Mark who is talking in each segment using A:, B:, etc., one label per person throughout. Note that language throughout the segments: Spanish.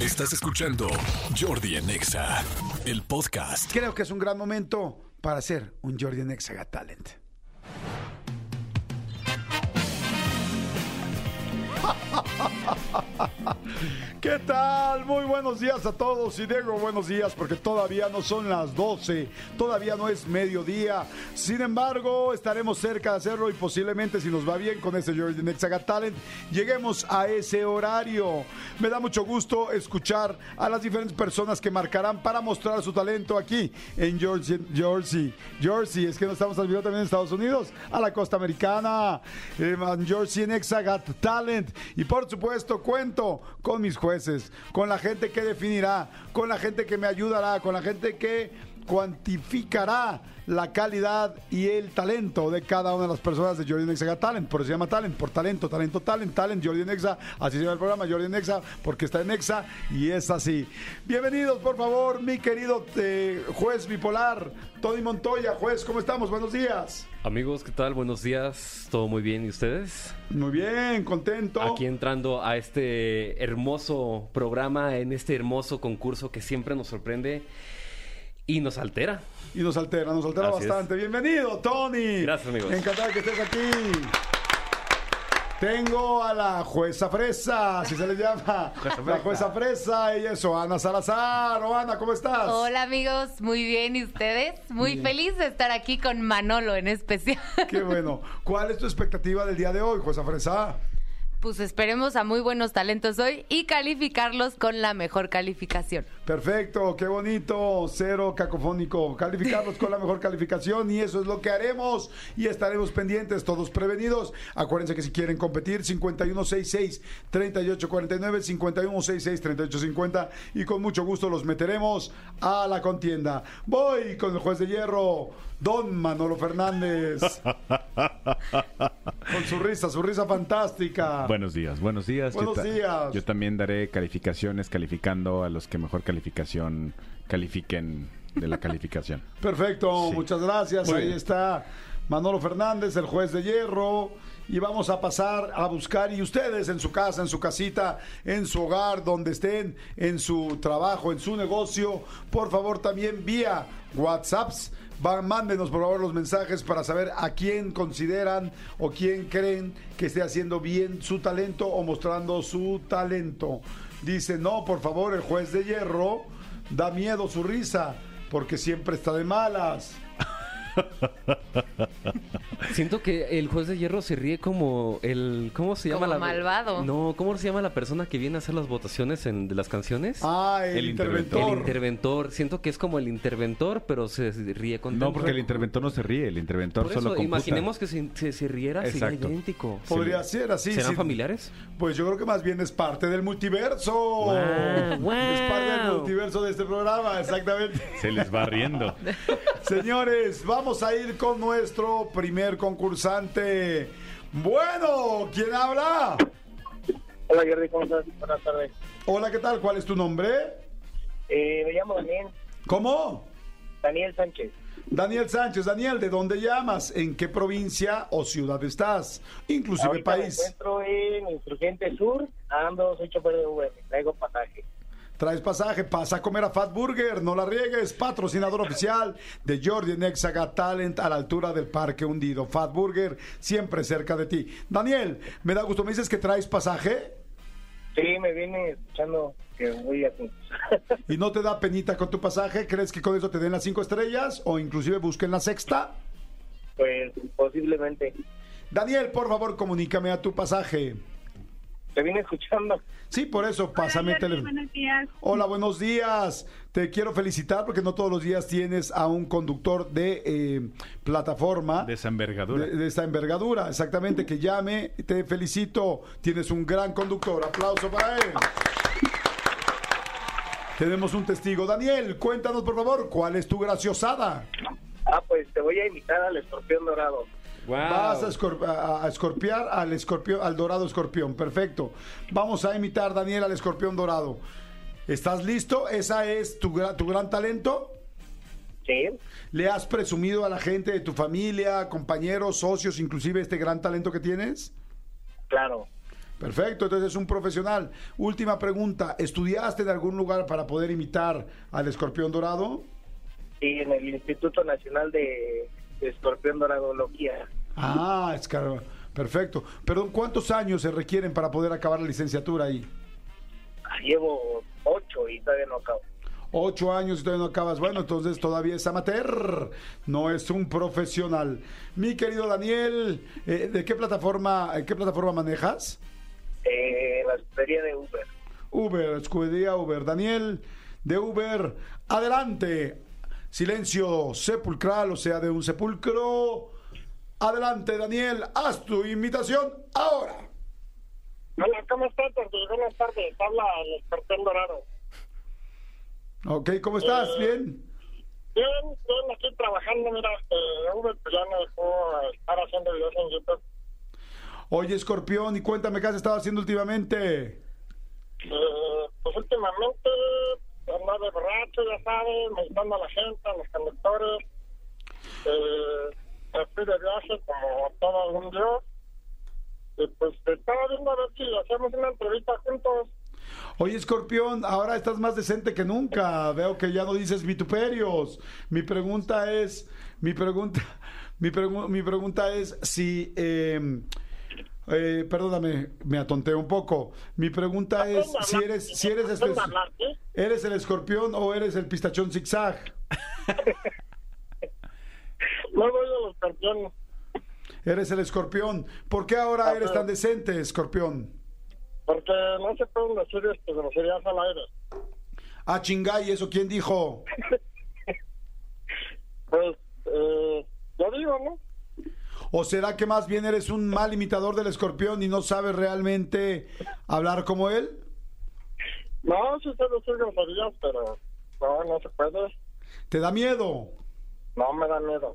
A: Estás escuchando Jordi en EXA, el podcast.
B: Creo que es un gran momento para hacer un Jordi en Exa Got Talent. ¿Qué tal? Muy buenos días a todos y Diego, buenos días porque todavía no son las 12, todavía no es mediodía. Sin embargo, estaremos cerca de hacerlo y posiblemente si nos va bien con este Jordi Next Got Talent, lleguemos a ese horario. Me da mucho gusto escuchar a las diferentes personas que marcarán para mostrar su talento aquí en Jersey. Jersey, Jersey. es que nos estamos transmitiendo también en Estados Unidos, a la costa americana, eh, en Jersey en Exa Got Talent. Y por supuesto, cuento con mis jueces, con la gente que definirá, con la gente que me ayudará, con la gente que cuantificará la calidad y el talento de cada una de las personas de Jordi Nexa Talent, por eso se llama Talent, por talento, talento, talent, talent, Jordi Nexa, así se llama el programa, Jordi Nexa, porque está en Nexa y es así. Bienvenidos, por favor, mi querido eh, juez bipolar, Tony Montoya, juez, ¿cómo estamos? Buenos días.
C: Amigos, ¿qué tal? Buenos días, todo muy bien, ¿y ustedes?
B: Muy bien, contento.
C: Aquí entrando a este hermoso programa, en este hermoso concurso que siempre nos sorprende y nos altera.
B: Y nos altera, nos altera
C: Así es.
B: bastante. Bienvenido, Tony.
C: Gracias, amigos.
B: Encantado que estés aquí. Tengo a la jueza fresa, si se le llama. la jueza fresa, ella es Oana Salazar. Oana, ¿cómo estás?
D: Hola amigos, muy bien, ¿y ustedes? Muy feliz de estar aquí con Manolo en especial.
B: Qué bueno. ¿Cuál es tu expectativa del día de hoy, jueza fresa?
D: Pues esperemos a muy buenos talentos hoy y calificarlos con la mejor calificación.
B: Perfecto, qué bonito, cero cacofónico. Calificarlos con la mejor calificación y eso es lo que haremos y estaremos pendientes, todos prevenidos. Acuérdense que si quieren competir, 5166-3849, 5166-3850 y con mucho gusto los meteremos a la contienda. Voy con el juez de hierro, don Manolo Fernández. con su risa, su risa fantástica.
E: Buenos días, buenos días.
B: Buenos
E: ta-
B: días.
E: Yo también daré calificaciones calificando a los que mejor calificación califiquen de la calificación.
B: Perfecto,
E: Sí.
B: muchas gracias.
E: Muy
B: Ahí
E: bien.
B: está Manolo Fernández, el juez de hierro. Y vamos a pasar a buscar, y ustedes en su casa, en su casita, en su hogar, donde estén, en su trabajo, en su negocio, por favor también vía WhatsApps. Van, mándenos por favor los mensajes para saber a quién consideran o quién creen que esté haciendo bien su talento o mostrando su talento. Dice, no, por favor, el juez de hierro da miedo su risa porque siempre está de malas.
C: Siento que el juez de hierro se ríe como el... ¿Cómo se llama
D: Como
C: la...
D: malvado.
C: No, ¿cómo se llama la persona que viene a hacer las votaciones en, de las canciones?
B: Ah, el,
E: El
B: interventor.
E: interventor.
C: El interventor. Siento que es como el interventor, pero se ríe con...
E: No, porque el interventor no se ríe, el interventor
C: Por
E: solo
C: eso,
E: computa.
C: imaginemos que si se, se riera, sería
E: Exacto.
C: idéntico.
B: Podría ser así.
C: ¿Serán
B: sí.
C: familiares?
B: Pues yo creo que más bien es parte del multiverso.
C: wow.
B: Es parte del multiverso de este programa, exactamente.
E: Se les va riendo.
B: Señores, vamos a ir con nuestro primer concursante. Bueno, ¿quién habla?
F: Hola Jordi, ¿cómo estás? Buenas tardes.
B: Hola, ¿qué tal? ¿Cuál es tu nombre?
F: Eh, me llamo Daniel,
B: ¿Cómo?
F: Daniel Sánchez,
B: Daniel Sánchez. Daniel, ¿de dónde llamas? ¿En qué provincia o ciudad estás? Inclusive
F: Ahorita me
B: Pues país.
F: encuentro en Insurgente Sur, ando soy chofer de Uber, traigo pasaje.
B: Traes pasaje, pasa a comer a Fat Burger, no la riegues, patrocinador oficial de Jordi Nexa Got Talent a la altura del Parque Hundido. Fat Burger, siempre cerca de ti. Daniel, me da gusto, me dices que traes pasaje
F: Sí, me viene escuchando que voy a
B: y no te da penita con tu pasaje. ¿Crees que con eso te den las cinco estrellas o inclusive busquen la sexta?
F: Pues posiblemente.
B: Daniel, por favor, comunícame a tu pasaje.
F: Te viene escuchando.
B: Sí, por eso, pásame el
G: Hola, Jordi,
B: teléfono.
G: Buenos días.
B: Hola, buenos días. Te quiero felicitar porque no todos los días tienes a un conductor de eh, plataforma.
E: De esa envergadura.
B: De, de esta envergadura, exactamente, que llame. Te felicito, tienes un gran conductor. Aplauso para él. Tenemos un testigo. Daniel, cuéntanos por favor, ¿cuál es tu graciosada?
F: Ah, pues te voy a invitar al escorpión dorado.
B: Vas a, escor- a- a escorpiar al escorpión, al dorado escorpión. Perfecto. Vamos a imitar, Daniel, al escorpión dorado. ¿Estás listo? ¿Esa es tu, gra- tu gran talento?
F: Sí,
B: ¿Le has presumido a la gente de tu familia, compañeros, socios, inclusive este gran talento que tienes?
F: claro.
B: Perfecto, entonces es un profesional. Última pregunta, ¿estudiaste en algún lugar para poder imitar al escorpión dorado?
F: Sí, en el Instituto Nacional de Escorpión Doradología.
B: Ah, es caro. Perfecto. Perdón, ¿cuántos años se requieren para poder acabar la licenciatura ahí?
F: Ah, Llevo ocho y todavía no acabo.
B: Ocho años y todavía no acabas. Bueno, entonces todavía es amateur, no es un profesional. Mi querido Daniel, eh, ¿de qué plataforma, eh, qué plataforma manejas?
F: Eh, la superior de Uber.
B: Uber, escudería Uber. Daniel, de Uber, adelante. Silencio sepulcral, o sea, de un sepulcro. Adelante, Daniel, haz tu invitación ahora.
F: Hola, ¿cómo estás? Buenas tardes. Habla el escorpión dorado.
B: Ok, ¿cómo estás? Bien.
F: Bien, bien, aquí trabajando. Mira, eh, Uber pues ya me dejó eh, estar haciendo videos en YouTube.
B: Oye, Escorpión, y cuéntame qué has estado haciendo últimamente.
F: Eh, pues últimamente andaba de borracho, ya sabes, molestando a la gente, a los conductores. Eh, me fui de viaje como todo algún dios. Y pues estaba viendo a ver si hacemos una entrevista juntos.
B: Oye, Escorpión, ahora estás más decente que nunca. Veo que ya no dices vituperios. Mi pregunta es, mi pregunta, mi, pregu- mi pregunta es si, eh, eh, perdóname, me atonté un poco. Mi pregunta es
F: Aprende a
B: si
F: hablar,
B: eres,
F: niño,
B: si eres,
F: aprende
B: espe-
F: a hablar, ¿sí?
B: eres el escorpión o eres el pistachón zigzag.
F: No voy a los campeones.
B: Eres el escorpión. ¿Por qué ahora eres tan decente, escorpión?
F: Porque no se pueden decir este, groserías al aire.
B: Ah, chingay, ¿eso quién dijo?
F: Pues, eh, yo digo, ¿no?
B: ¿O será que más bien eres un mal imitador del escorpión y no sabes realmente hablar como él?
F: No, sí sé decir groserías, pero no, no se puede.
B: ¿Te da miedo?
F: No me da miedo.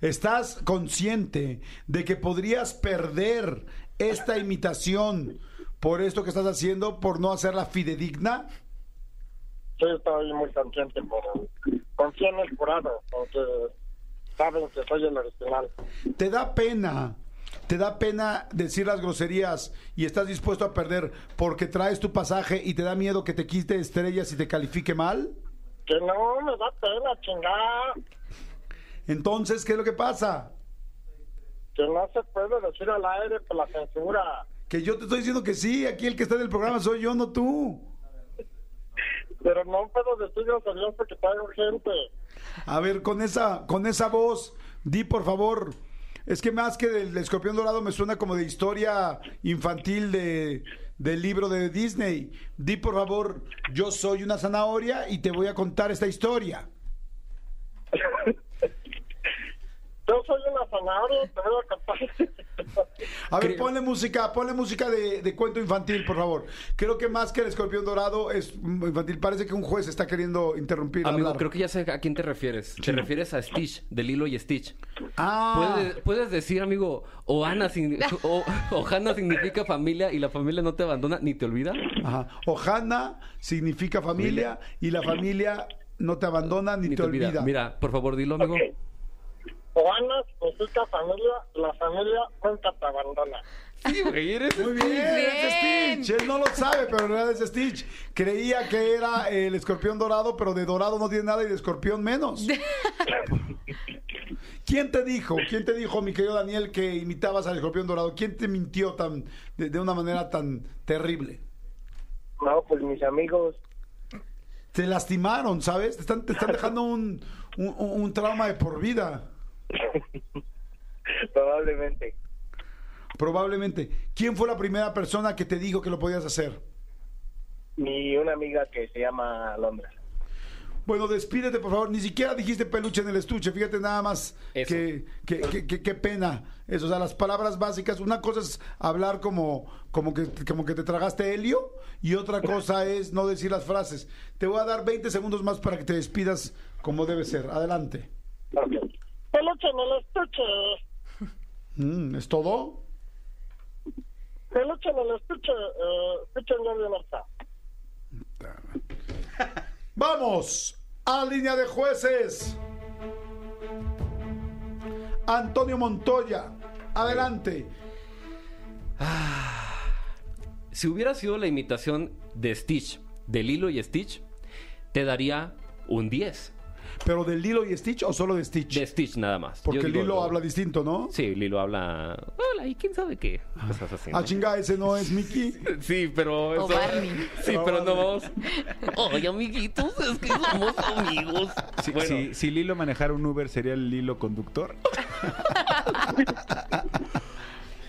B: ¿Estás consciente de que podrías perder esta imitación por esto que estás haciendo, por no hacerla fidedigna?
F: Sí, estoy muy consciente, pero confío en el jurado, porque saben que soy el original.
B: ¿Te da pena? ¿Te da pena decir las groserías y estás dispuesto a perder porque traes tu pasaje y te da miedo que te quite estrellas y te califique mal?
F: Que no me da pena, chingada.
B: Entonces, ¿qué es lo que pasa?
F: Que no se puede decir al aire por la censura.
B: Que yo te estoy diciendo que sí, aquí el que está en el programa soy yo, no tú.
F: Pero no puedo decir groserías porque traigo gente.
B: A ver, con esa, con esa voz, di por favor. Es que más que del escorpión dorado me suena como de historia infantil de, del libro de Disney. Di por favor, yo soy una zanahoria y te voy a contar esta historia.
F: Yo soy una zanahoria, te voy a contar.
B: A ver,
C: Creo-
B: ponle música, ponle música de, de cuento infantil, por favor. Creo que más que el escorpión dorado es mm, infantil. Parece que un juez está queriendo interrumpir.
C: Amigo,
B: hablar.
C: creo que ya sé a quién te refieres. Te refieres a Stitch, de Lilo y Stitch.
B: Ah,
C: Puedes, puedes decir, amigo, Ohana, signi- o- Ohana significa familia y la familia no te abandona ni te olvida.
B: Ajá. Ohana significa familia y la familia no te abandona ni, te, olvida.
C: Mira, por favor, dilo, amigo.
F: Ok. Juana significa familia, la familia nunca te abandona.
C: Sí, güey, eres
B: Muy bien,
D: Bien.
B: es Stitch. Él no lo sabe, pero en realidad es Stitch. Creía que era el escorpión dorado, pero de dorado no tiene nada y de escorpión menos. ¿Quién te dijo? ¿Quién te dijo, mi querido Daniel, que imitabas al escorpión dorado? ¿Quién te mintió tan de, de una manera tan terrible?
F: No, pues mis amigos,
B: Te lastimaron, ¿sabes? Te están, te están dejando un, un- un trauma de por vida.
F: probablemente.
B: Probablemente. ¿Quién fue la primera persona que te dijo que lo podías hacer?
F: Mi una amiga que se llama Londra.
B: Bueno, despídete, por favor. Ni siquiera dijiste peluche en el estuche. Fíjate nada más.
C: Eso.
B: Que, que- que- que- qué pena. Eso, o sea, las palabras básicas. Una cosa es hablar como, como, que, como que te tragaste helio. Y otra cosa es no decir las frases. Te voy a dar 20 segundos más para que te despidas como debe ser. Adelante.
F: Okay. Peluche en el estuche,
B: Mm, ¿Es todo?
F: peluche en el estuche, eh, estuche en el está.
B: Vamos a línea de jueces. Antonio Montoya, adelante.
C: Si hubiera sido la imitación de Stitch, de Lilo y Stitch, te daría un 10
B: ¿Pero de Lilo y Stitch o solo de Stitch?
C: de Stitch nada más. Yo
B: Porque
C: digo,
B: Lilo
C: no.
B: habla distinto, ¿no?
C: Sí, Lilo habla. Hola, ¿y quién sabe qué? Cosas así, ¿no?
B: Ah, chinga, ese no es Mickey.
C: Sí, pero
D: O Barney.
C: Sí, pero no vamos. Ay, amiguitos, es que somos amigos.
E: Si,
C: Bueno,
E: si- si Lilo manejara un Uber, ¿sería el Lilo conductor?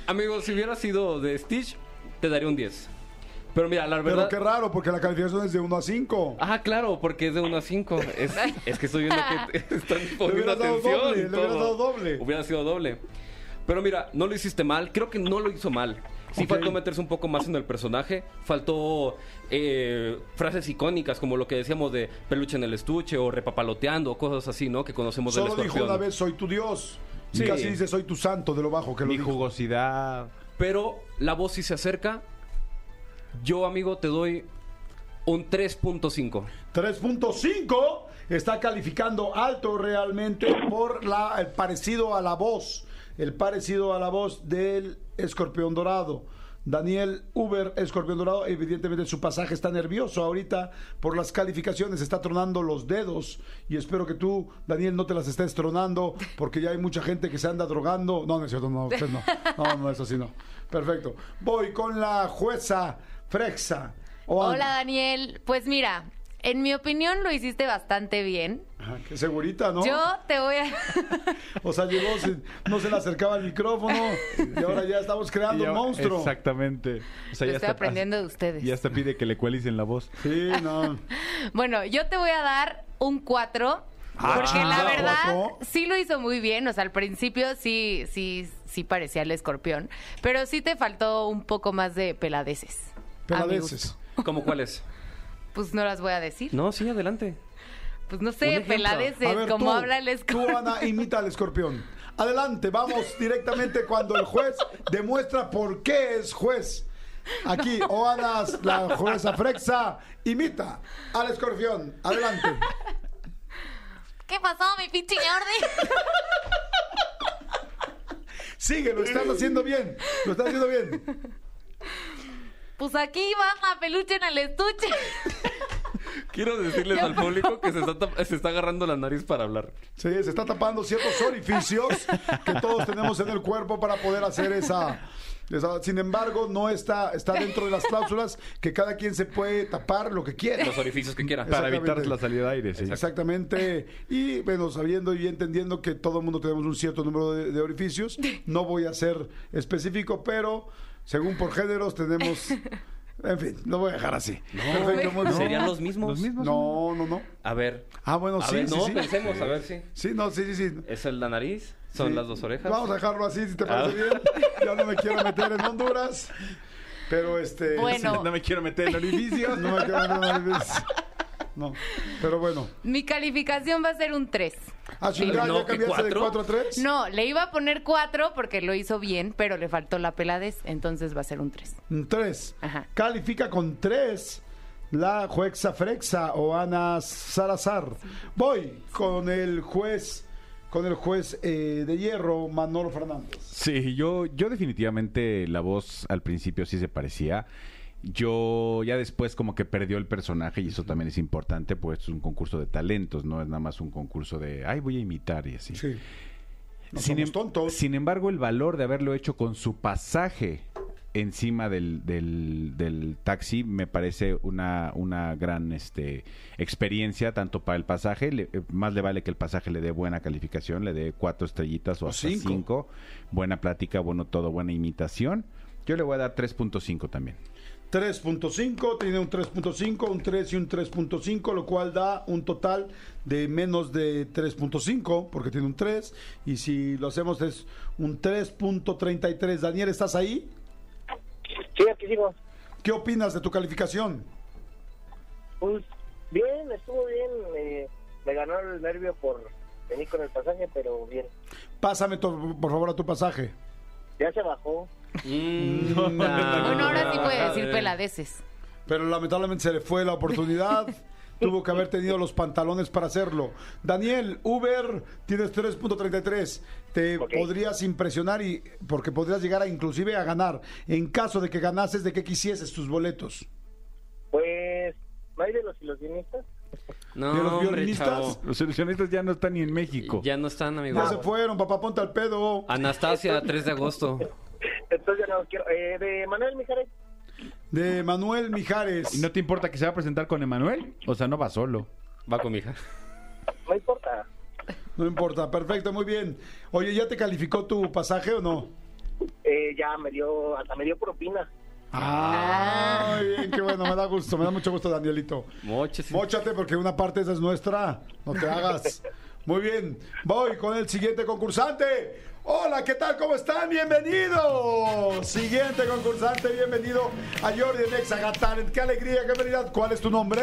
C: amigos, si hubiera sido de Stitch, te daría un 10. Pero mira, la
B: Pero
C: verdad.
B: qué raro, porque la calificación es de 1 a 5.
C: Ah, claro, porque es de 1 a 5. Es, es que estoy viendo que te- están poniendo
B: hubieras dado
C: atención.
B: doble,
C: y
B: le hubieras
C: todo.
B: dado doble.
C: Hubiera sido doble. Pero mira, no lo hiciste mal. Creo que no lo hizo mal. Sí
B: Ok.
C: faltó meterse un poco más en el personaje. Faltó eh, frases icónicas como lo que decíamos de peluche en el estuche o repapaloteando o cosas así, ¿no? Que conocemos del
B: Solo dijo
C: escorpión.
B: una vez, soy tu Dios.
C: Sí.
B: Y casi dice, soy tu santo, de lo bajo que lo
E: Mi
B: dijo.
E: jugosidad.
C: Pero la voz sí se acerca. Yo, amigo, te doy un 3.5.
B: 3.5 está calificando alto realmente por la, el parecido a la voz, el parecido a la voz del escorpión dorado. Daniel Uber, escorpión dorado, evidentemente su pasaje está nervioso ahorita por las calificaciones, está tronando los dedos y espero que tú, Daniel, no te las estés tronando porque ya hay mucha gente que se anda drogando. No, no es cierto, no, usted no, no, no es así, no. Perfecto. Voy con la jueza Frexa. o Alma.
D: Hola Daniel, pues mira, en mi opinión lo hiciste bastante bien.
B: Ajá, qué segurita, ¿no?
D: Yo te voy a...
B: O sea, llegó, se- no se le acercaba el micrófono y ahora ya estamos creando
E: Y
B: un
E: ahora-
B: monstruo.
E: Exactamente. O sea,
D: Lo estoy
E: ya hasta-
D: aprendiendo de ustedes.
E: este, Y hasta pide que le cualicen la voz.
B: Sí, no.
D: Bueno, yo te voy a dar un 4.
B: Ah,
D: Porque
B: chinga,
D: la verdad
B: ojo.
D: sí lo hizo muy bien, o sea, al principio sí, sí, sí parecía el escorpión, pero sí te faltó un poco más de peladeces. a mi
B: Peladeces.
D: gusto.
C: ¿Cómo cuál es?
D: Pues no las voy a decir.
C: No, sí, adelante.
D: Pues no
C: Un
D: sé,
C: ejemplo.
B: A
D: peladeces,
B: ver,
D: como
B: tú,
D: habla el
B: Tú,
D: escorpión.
B: Ana, imita al escorpión. Adelante, vamos directamente cuando el juez demuestra por qué es juez. Aquí, Oana, la jueza Frexa, imita al escorpión. Adelante.
D: ¿Qué pasó, mi pinche Jordi?
B: Sigue, lo estás haciendo bien. Lo estás haciendo bien.
D: Pues aquí va la peluche en el estuche.
C: Quiero decirles al público que se está, tap- se está agarrando la nariz para hablar.
B: Sí, se está tapando ciertos orificios que todos tenemos en el cuerpo para poder hacer esa. esa- sin embargo, no está, está dentro de las cláusulas que cada quien se puede tapar lo que quiera.
C: Los orificios que quiera.
E: Para evitar
B: Exactamente.
E: la salida de aire, sí.
B: Exactamente. Y bueno, sabiendo y entendiendo que todo el mundo tenemos un cierto número de, de orificios, no voy a ser específico, pero según por géneros tenemos... En fin, lo voy a dejar así. Perfecto, muy bien.
C: ¿Serían los mismos?
E: Los mismos.
B: No, no, no.
C: A ver.
B: Ah, bueno,
C: a
B: sí,
C: ver,
B: sí,
C: no,
B: sí.
C: pensemos, a ver si.
B: Sí, no, sí, sí, sí.
C: ¿Esa es la nariz? ¿Son
B: Sí.
C: las dos orejas? Ah.
B: Vamos a dejarlo así, si te parece bien. Ya no me quiero meter en Honduras. Pero este.
D: Bueno,
E: No me quiero meter en
B: sí,
E: orificios.
B: No me quiero meter en Honduras. No. Pero bueno.
D: mi calificación va a ser un 3.
B: Ah, chingada,
C: No,
B: ya
C: ¿qué,
B: cambiaste de
C: cuatro?
B: 4 a 3.
D: No, le iba a poner 4 porque lo hizo bien, pero le faltó la peladez, entonces va a ser un 3.
B: 3.
D: Ajá.
B: Mm, Califica con 3 la jueza Frexa o Ana Salazar. Voy con el juez. Con el juez eh, de hierro, Manolo Fernández.
E: Sí, yo, yo definitivamente la voz al principio sí se parecía. Yo ya después como que perdió el personaje y eso también es importante, pues es un concurso de talentos, no es nada más un concurso de, ay, voy a imitar y así.
B: Sí. No
E: sin,
B: somos
E: em-
B: tontos.
E: sin embargo, el valor de haberlo hecho con su pasaje encima del, del- del taxi me parece una, una gran este, experiencia, tanto para el pasaje, le- eh, más le vale que el pasaje le dé buena calificación, le dé cuatro estrellitas o
B: O
E: hasta
B: cinco.
E: cinco. buena plática, bueno todo, buena imitación. Yo le voy a dar 3.5 también.
B: 3.5, tiene un 3.5, un 3 y un 3.5, lo cual da un total de menos de 3.5, porque tiene un 3, y si lo hacemos es un 3.33. Daniel, ¿estás ahí?
F: Sí, aquí digo,
B: ¿Qué opinas de tu calificación?
F: pues bien, estuvo bien. eh, me ganó el nervio por venir con el pasaje, pero bien.
B: Pásame, to- por favor, a tu pasaje.
F: Ya se bajó.
C: Mm,
D: Bueno, ahora sí puede decir
C: madre.
D: peladeces.
B: Pero lamentablemente se le fue la oportunidad. tuvo que haber tenido los pantalones para hacerlo. Daniel, Uber, tienes 3.33. Te
F: Ok.
B: podrías impresionar y porque podrías llegar a inclusive a ganar. En caso de que ganases, ¿de qué quisieses tus boletos?
F: Pues, ¿no hay de los ilusionistas?
C: No,
B: ¿De los
C: hombre,
B: violinistas?
C: chavo.
E: Los seleccionistas ya no están ni en México.
C: Ya no están, amigo.
B: Ya se fueron, papá, ponte al pedo.
C: Ah. Anastasia, 3 de agosto.
F: Entonces ya no quiero. Eh, de Manuel Mijares.
B: De Manuel Mijares.
E: ¿Y no te importa que se va a presentar con Emanuel? O sea, no va solo.
C: Va con mi hija.
F: No importa.
B: No importa, perfecto, muy bien. Oye, ¿ya te calificó tu pasaje o no?
F: Eh, ya me dio, hasta me dio propina.
B: Ah, muy bien, qué bueno, me da gusto, me da mucho gusto, Danielito.
C: Moches.
B: Móchate porque una parte esa es nuestra, no te hagas. Muy bien, voy con el siguiente concursante. Hola, ¿qué tal? ¿Cómo están? Bienvenido. Siguiente concursante, bienvenido a Jordi en Exa Got Talent. Qué alegría, qué felicidad. ¿Cuál es tu nombre?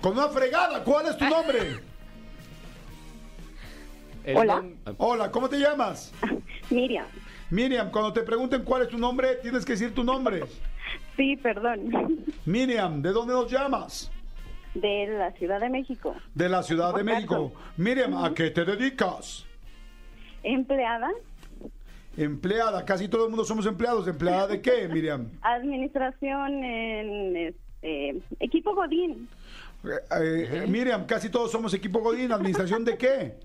B: Con una fregada, ¿cuál es tu nombre?
C: El
G: Hola.
C: nom-
B: Hola, ¿cómo te llamas?
G: Miriam.
B: Miriam, cuando te pregunten cuál es tu nombre, tienes que decir tu nombre.
G: Sí, perdón.
B: Miriam, ¿de dónde nos llamas?
G: De la Ciudad de México.
B: De la Ciudad de
G: Oaxaca.
B: México. Miriam, ¿a qué te dedicas?
G: Empleada,
B: Empleada, casi todo el mundo somos empleados. ¿Empleada de qué, Miriam?
G: administración en este, equipo Godín.
B: Eh, eh, Miriam, casi todos somos equipo Godín. ¿Administración de qué?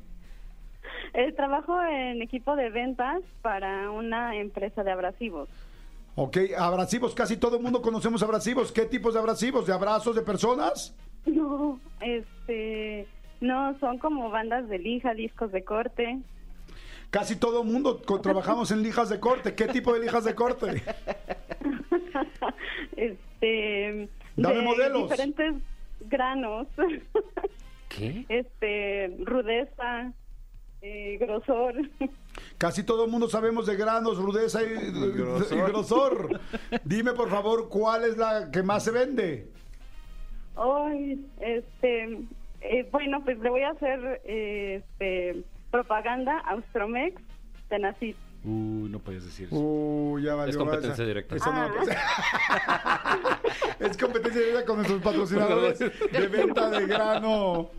G: Eh, trabajo en equipo de ventas para una empresa de abrasivos.
B: Ok, abrasivos, casi todo el mundo conocemos abrasivos. ¿Qué tipos de abrasivos? ¿De abrazos de personas?
G: No, este, no, son como bandas de lija, discos de corte.
B: Casi todo el mundo co- trabajamos en lijas de corte. ¿Qué tipo de lijas de corte?
G: Este,
B: Dame
G: de
B: modelos.
G: diferentes granos.
C: ¿Qué?
G: este, rudeza, eh, grosor.
B: Casi todo el mundo sabemos de granos, rudeza y, y grosor. Dime por favor cuál es la que más se vende.
G: Ay, este, eh, bueno, pues le voy a hacer eh, este, propaganda a Austromex Tenacit.
E: Uh, no podías decir eso.
B: Uh, ya valió.
C: Es competencia
B: esa-
C: directa.
B: esa no va a
G: Ah,
B: pasar. es competencia directa con nuestros patrocinadores de venta de grano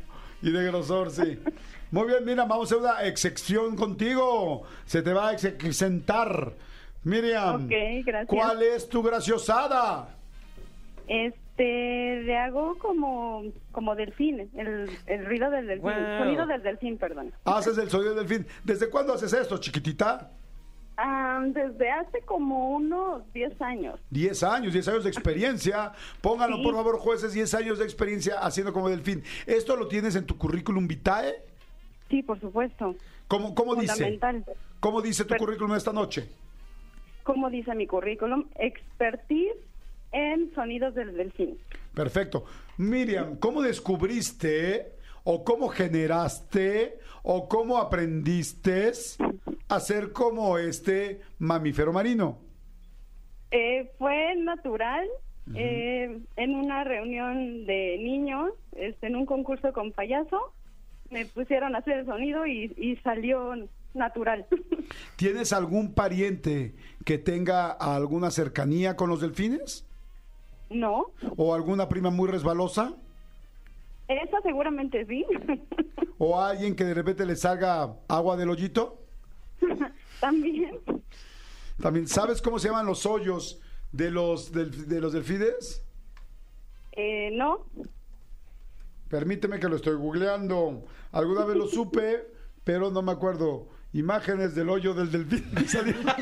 B: y de grosor, sí. Muy bien, mira, vamos a hacer una excepción contigo. Se te va a ex- exentar. Miriam,
G: Ok, gracias.
B: ¿cuál es tu graciosada?
G: Este, le hago como, como delfín, el, el ruido del delfín,
C: Wow.
G: el sonido del delfín, perdón.
B: Haces el sonido del fin. ¿Desde cuándo haces esto, chiquitita?
G: Ah, desde hace como unos 10 años.
B: 10 años, 10 años de experiencia. Pónganlo,
G: Sí.
B: por favor, jueces, 10 años de experiencia haciendo como delfín. ¿Esto lo tienes en tu currículum vitae?
G: Sí, por supuesto.
B: ¿Cómo, cómo dice?
G: Fundamental.
B: ¿Cómo dice tu
G: Pero-
B: currículum esta noche?
G: Como dice mi currículum, expertise en sonidos del delfín.
B: Perfecto. Miriam, ¿cómo descubriste o cómo generaste o cómo aprendiste a ser como este mamífero marino?
G: Eh, fue natural eh, en una reunión de niños, este, en un concurso con payaso. Me pusieron a hacer el sonido y, y salió natural.
B: ¿Tienes algún pariente que tenga alguna cercanía con los delfines?
G: no,
B: ¿O alguna prima muy resbalosa?
G: esa seguramente sí.
B: o a alguien que de repente le salga agua del hoyito.
G: También.
B: También, ¿sabes cómo se llaman los hoyos de los, delf- de los delfines?
G: Eh, no,
B: Permíteme que lo estoy googleando. Alguna vez lo supe, pero no me acuerdo. Imágenes del hoyo del delfín.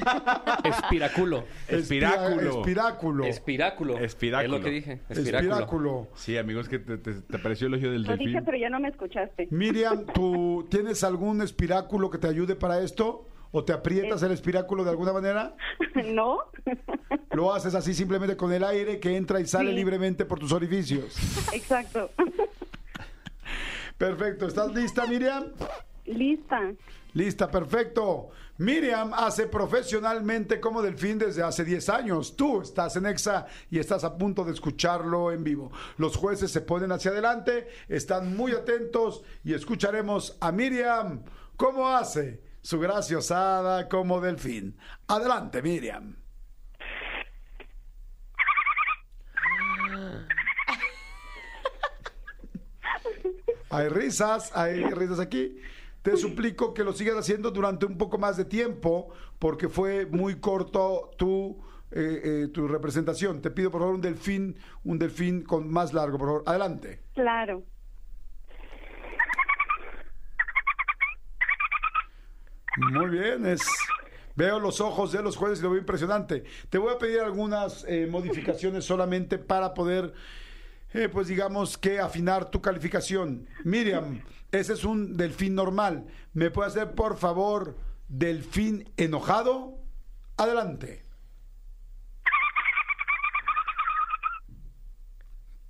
C: Ah, Espiráculo.
E: Espiráculo.
B: Espiráculo.
C: Espiráculo.
E: Espiráculo.
C: Es lo que dije. Espiráculo.
B: Espiráculo.
E: Sí, amigos, que te, te- te pareció el hoyo del
G: lo dije,
E: delfín.
G: pero ya no me escuchaste.
B: Miriam, ¿tú tienes algún espiráculo que te ayude para esto? ¿O te aprietas el espiráculo de alguna manera?
G: no.
B: Lo haces así simplemente con el aire que entra y sale
G: Sí.
B: libremente por tus orificios.
G: Exacto.
B: Perfecto. ¿Estás lista, Miriam?
G: Lista.
B: Lista, perfecto. Miriam hace profesionalmente como delfín desde hace 10 años. Tú estás en EXA y estás a punto de escucharlo en vivo. Los jueces se ponen hacia adelante, están muy atentos y escucharemos a Miriam cómo hace su graciosada como delfín. Adelante, Miriam. hay risas, hay risas aquí. Te suplico que lo sigas haciendo durante un poco más de tiempo, porque fue muy corto tu, eh, eh, tu representación. Te pido por favor un delfín, un delfín con más largo, por favor. Adelante.
G: Claro.
B: Muy bien, es. Veo los ojos de los jueces y lo veo impresionante. Te voy a pedir algunas eh, modificaciones solamente para poder, eh, pues digamos que afinar tu calificación. Miriam, ese es un delfín normal. ¿Me puede hacer por favor delfín enojado? Adelante.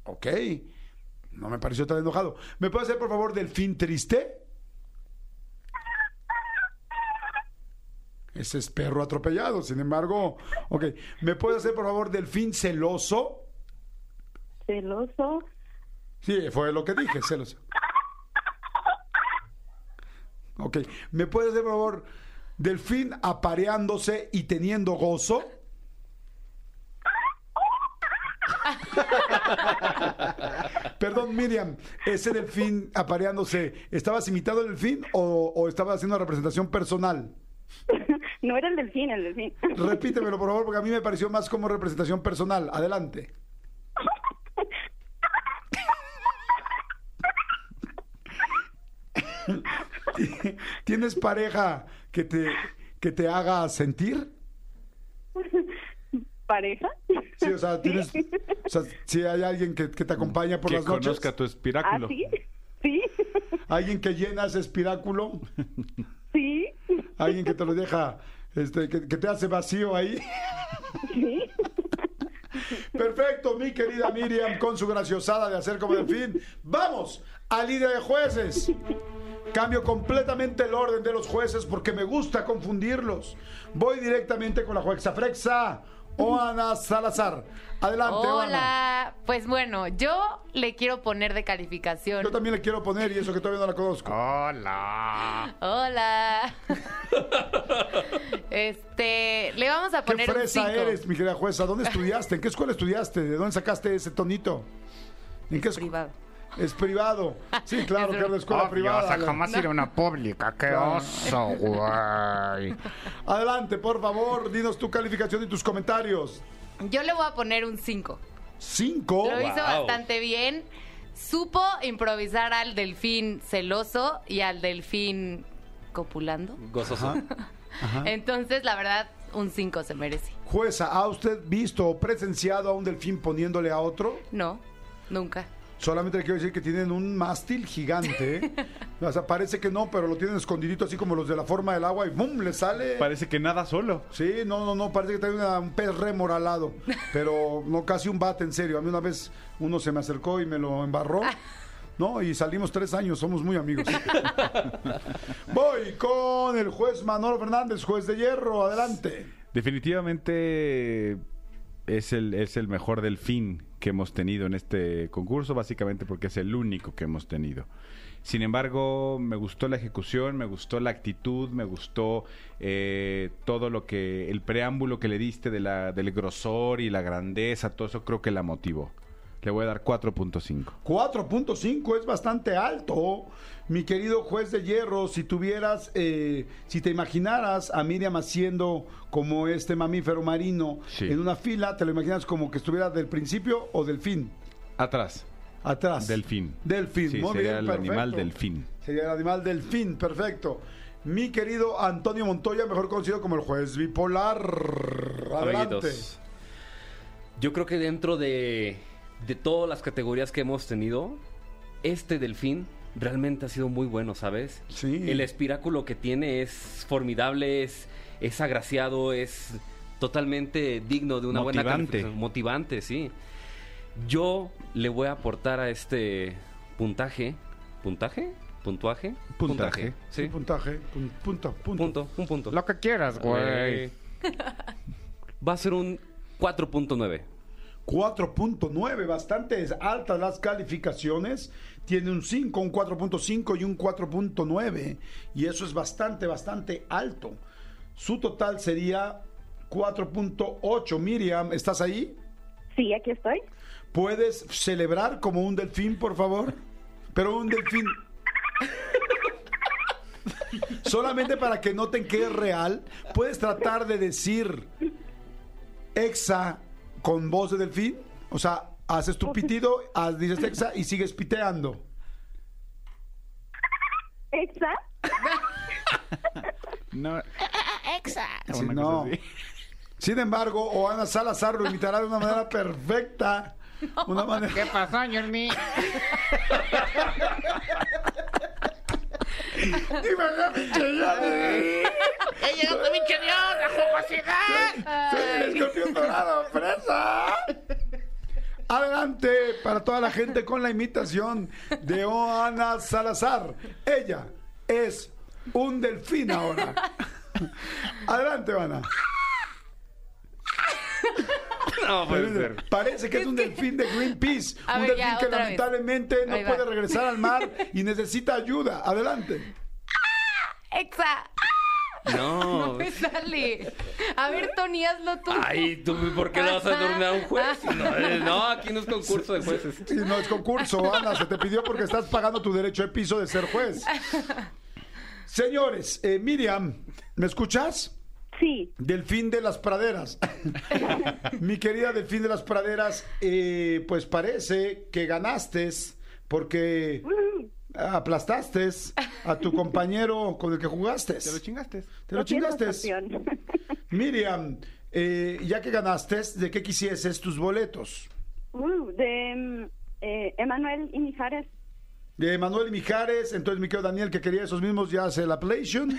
B: Ok, no me pareció tan enojado. ¿Me puede hacer por favor delfín triste? Ese es perro atropellado, sin embargo. Ok, ¿me puede hacer por favor delfín celoso?
G: Celoso.
B: Sí, fue lo que dije, celoso. Ok, ¿me puede hacer por favor delfín apareándose y teniendo gozo? Perdón, Miriam, ese delfín apareándose, ¿estabas imitando el delfín o, o estabas haciendo una representación personal?
G: No era el delfín, el delfín.
B: Repítemelo, por favor, porque a mí me pareció más como representación personal. Adelante. ¿Tienes pareja que te, que te haga sentir?
G: ¿Pareja?
B: Sí, o sea, ¿tienes, o sea, si hay alguien que, que te acompaña por
E: que
B: las noches.
E: conozca tu
G: ¿Ah,
E: espiráculo.
G: sí? ¿Sí?
B: Alguien que llena ese espiráculo.
G: ¿Sí?
B: Alguien que te lo deja, este, que, que te hace vacío ahí.
G: ¿Sí?
B: Perfecto, mi querida Miriam, con su graciosada de hacer como delfín. Vamos a líder de jueces. Cambio completamente el orden de los jueces porque me gusta confundirlos. Voy directamente con la jueza Frexa, Oana Salazar. Adelante, Oana.
D: Hola. Pues bueno, yo le quiero poner de calificación.
B: Yo también le quiero poner, y eso que todavía no la conozco.
D: Ah. Hola. este, le vamos a
B: ¿Qué
D: poner un
B: fresa
D: 5.
B: eres, mi querida jueza? ¿Dónde estudiaste? ¿En qué escuela estudiaste? ¿De dónde sacaste ese tonito? ¿En qué escu-
D: Privado.
B: Es privado. Sí, claro,
D: Es
B: que era una
E: Ah,
B: escuela privada. la-
H: era una pública, qué oso, güey.
B: Adelante, por favor, dinos tu calificación y tus comentarios.
D: Yo le voy a poner un 5.
B: Cinco.
D: Lo hizo
C: wow.
D: bastante bien. Supo improvisar al delfín celoso y al delfín copulando.
C: Gozoso.
D: Entonces, la verdad, un 5 se merece.
B: Jueza, ¿ha usted visto o presenciado a un delfín poniéndole a otro?
D: No, nunca.
B: Solamente le quiero decir que tienen un mástil gigante. ¿eh? o sea, parece que no, pero lo tienen escondidito así como los de la forma del agua y ¡bum! le sale.
E: Parece que nada solo.
B: Sí, no, no, no, parece que trae una- un pez remoralado, pero no casi un bate, en serio. A mí una vez uno se me acercó y me lo embarró, ¿no? Y salimos tres años, somos muy amigos. Voy con el juez Manolo Fernández, juez de hierro, adelante.
E: Definitivamente es el, es el mejor delfín que hemos tenido en este concurso, básicamente porque es el único que hemos tenido. Sin embargo, me gustó la ejecución, me gustó la actitud, me gustó eh, todo lo que, el preámbulo que le diste de la, del grosor y la grandeza, todo eso creo que la motivó. Le voy a dar 4.5.
B: 4.5 es bastante alto. Mi querido juez de hierro, si tuvieras, eh, si te imaginaras a Miriam haciendo como este mamífero marino
E: Sí.
B: en una fila, ¿te lo imaginas como que estuviera del principio o del fin?
E: Atrás.
B: Atrás.
E: Delfín.
B: Delfín,
E: Sí,
B: muy
E: sería
B: bien,
E: el
B: perfecto.
E: animal delfín.
B: Sería el animal delfín, perfecto. Mi querido Antonio Montoya, mejor conocido como el juez bipolar. Adelante.
C: Amiguitos, Yo creo que dentro de, de todas las categorías que hemos tenido, este delfín realmente ha sido muy bueno, ¿sabes?
B: Sí.
C: El espiráculo que tiene es formidable, es, es agraciado, es totalmente digno de una buena
E: Motivante.
C: calificación. Motivante, sí. Yo le voy a aportar a este puntaje. ¿Puntaje? ¿Puntuaje?
E: Puntaje.
C: Sí.
B: Puntaje, pun- punto, punto.
C: Punto, un punto.
H: Lo que quieras, güey.
C: Va a ser un 4.9.
B: 4.9, bastante altas las calificaciones. Tiene un 5, un 4.5 y un 4.9. Y eso es bastante, bastante alto. Su total sería 4.8. Miriam, ¿estás ahí?
G: Sí, aquí estoy.
B: ¿Puedes celebrar como un delfín, por favor? Pero un delfín. Solamente para que noten que es real, puedes tratar de decir exa con voz de delfín. O sea, haces tu pitido, haz- dices exa y sigues piteando.
G: Exa,
E: No.
B: Sí,
E: Una
B: no.
E: cosa así.
B: Sin embargo, Oana Salazar lo imitará de una manera perfecta. Una manera...
H: ¿Qué pasó, Jordi? ¡He llegado con mi Dios! ¡La jugosidad!
B: Soy el escorpión dorado, fresa. Adelante para toda la gente con la imitación de Oana Salazar. Ella es un delfín ahora. Adelante, Oana.
C: No pues, puede ser.
B: Parece que es, un delfín de Greenpeace.
D: A
B: un
D: ver,
B: delfín
D: ya,
B: que
D: otra vez.
B: lamentablemente no
D: Ahí va.
B: puede regresar al mar y necesita ayuda. Adelante.
D: Exa.
C: No.
D: No me sale. A ver, Tony, hazlo tú.
C: Ay, ¿tú por qué le vas a dormir a un juez? No, eh, no, aquí no es concurso de jueces.
B: Y no es concurso, Ana, se te pidió porque estás pagando tu derecho de piso de ser juez. Señores, eh, Miriam, ¿me escuchas?
G: sí.
B: Delfín de las praderas. Mi querida Delfín de las praderas, eh, pues parece que ganaste porque aplastaste a tu compañero con el que jugaste.
E: Te lo chingaste.
B: Te lo
G: siento,
B: chingaste.
G: campeón.
B: Miriam, eh, ya que ganaste, ¿de qué quisieses tus boletos?
G: Uh, de mm, eh, Emanuel y Mijares.
B: de Manuel Mijares. Entonces, mi querido Daniel, que quería esos mismos, ya hace el appellation.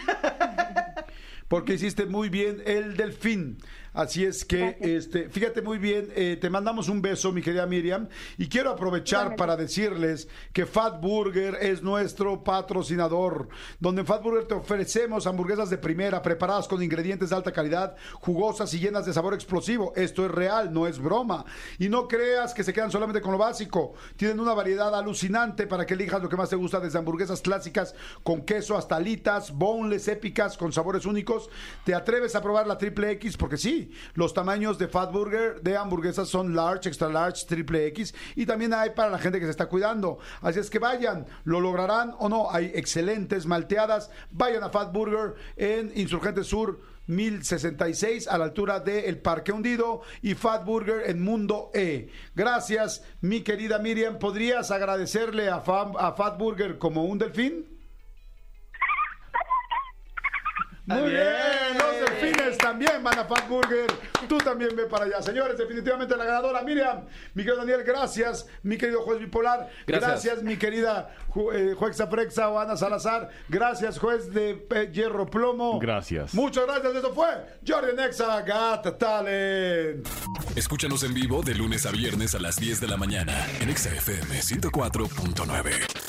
B: Porque hiciste muy bien el delfín. Así es que, este, fíjate muy bien, eh, te mandamos un beso, mi querida Miriam. Y quiero aprovechar para decirles que Fat Burger es nuestro patrocinador. Donde en Fat Burger te ofrecemos hamburguesas de primera, preparadas con ingredientes de alta calidad, jugosas y llenas de sabor explosivo. Esto es real, no es broma. Y no creas que se quedan solamente con lo básico. Tienen una variedad alucinante para que elijas lo que más te gusta, desde hamburguesas clásicas con queso hasta alitas, boneless épicas con sabores únicos. ¿Te atreves a probar la triple X? Porque sí, los tamaños de Fat Burger de hamburguesas son large, extra large, triple X y también hay para la gente que se está cuidando. Así es que vayan, lo lograrán o no. Hay excelentes malteadas. Vayan a Fat Burger en Insurgente Sur. 1066 a la altura del Parque Hundido y Fat Burger en Mundo E. Gracias, mi querida Miriam. ¿Podrías agradecerle a, Fam- a Fat Burger como un delfín? Muy bien, los delfines también van a Fat Burger. Tú también ve para allá. Señores, definitivamente la ganadora, Miriam. Mi querido Daniel, gracias. Mi querido juez bipolar, gracias.
C: Gracias.
B: mi querida ju- eh, jueza Frexa o Ana Salazar. Gracias, juez de eh, Hierro Plomo.
E: Gracias.
B: Muchas gracias. Eso fue Jordi Nexa Got Talent.
A: Escúchanos en vivo de lunes a viernes a las 10 de la mañana en Exa FM 104.9.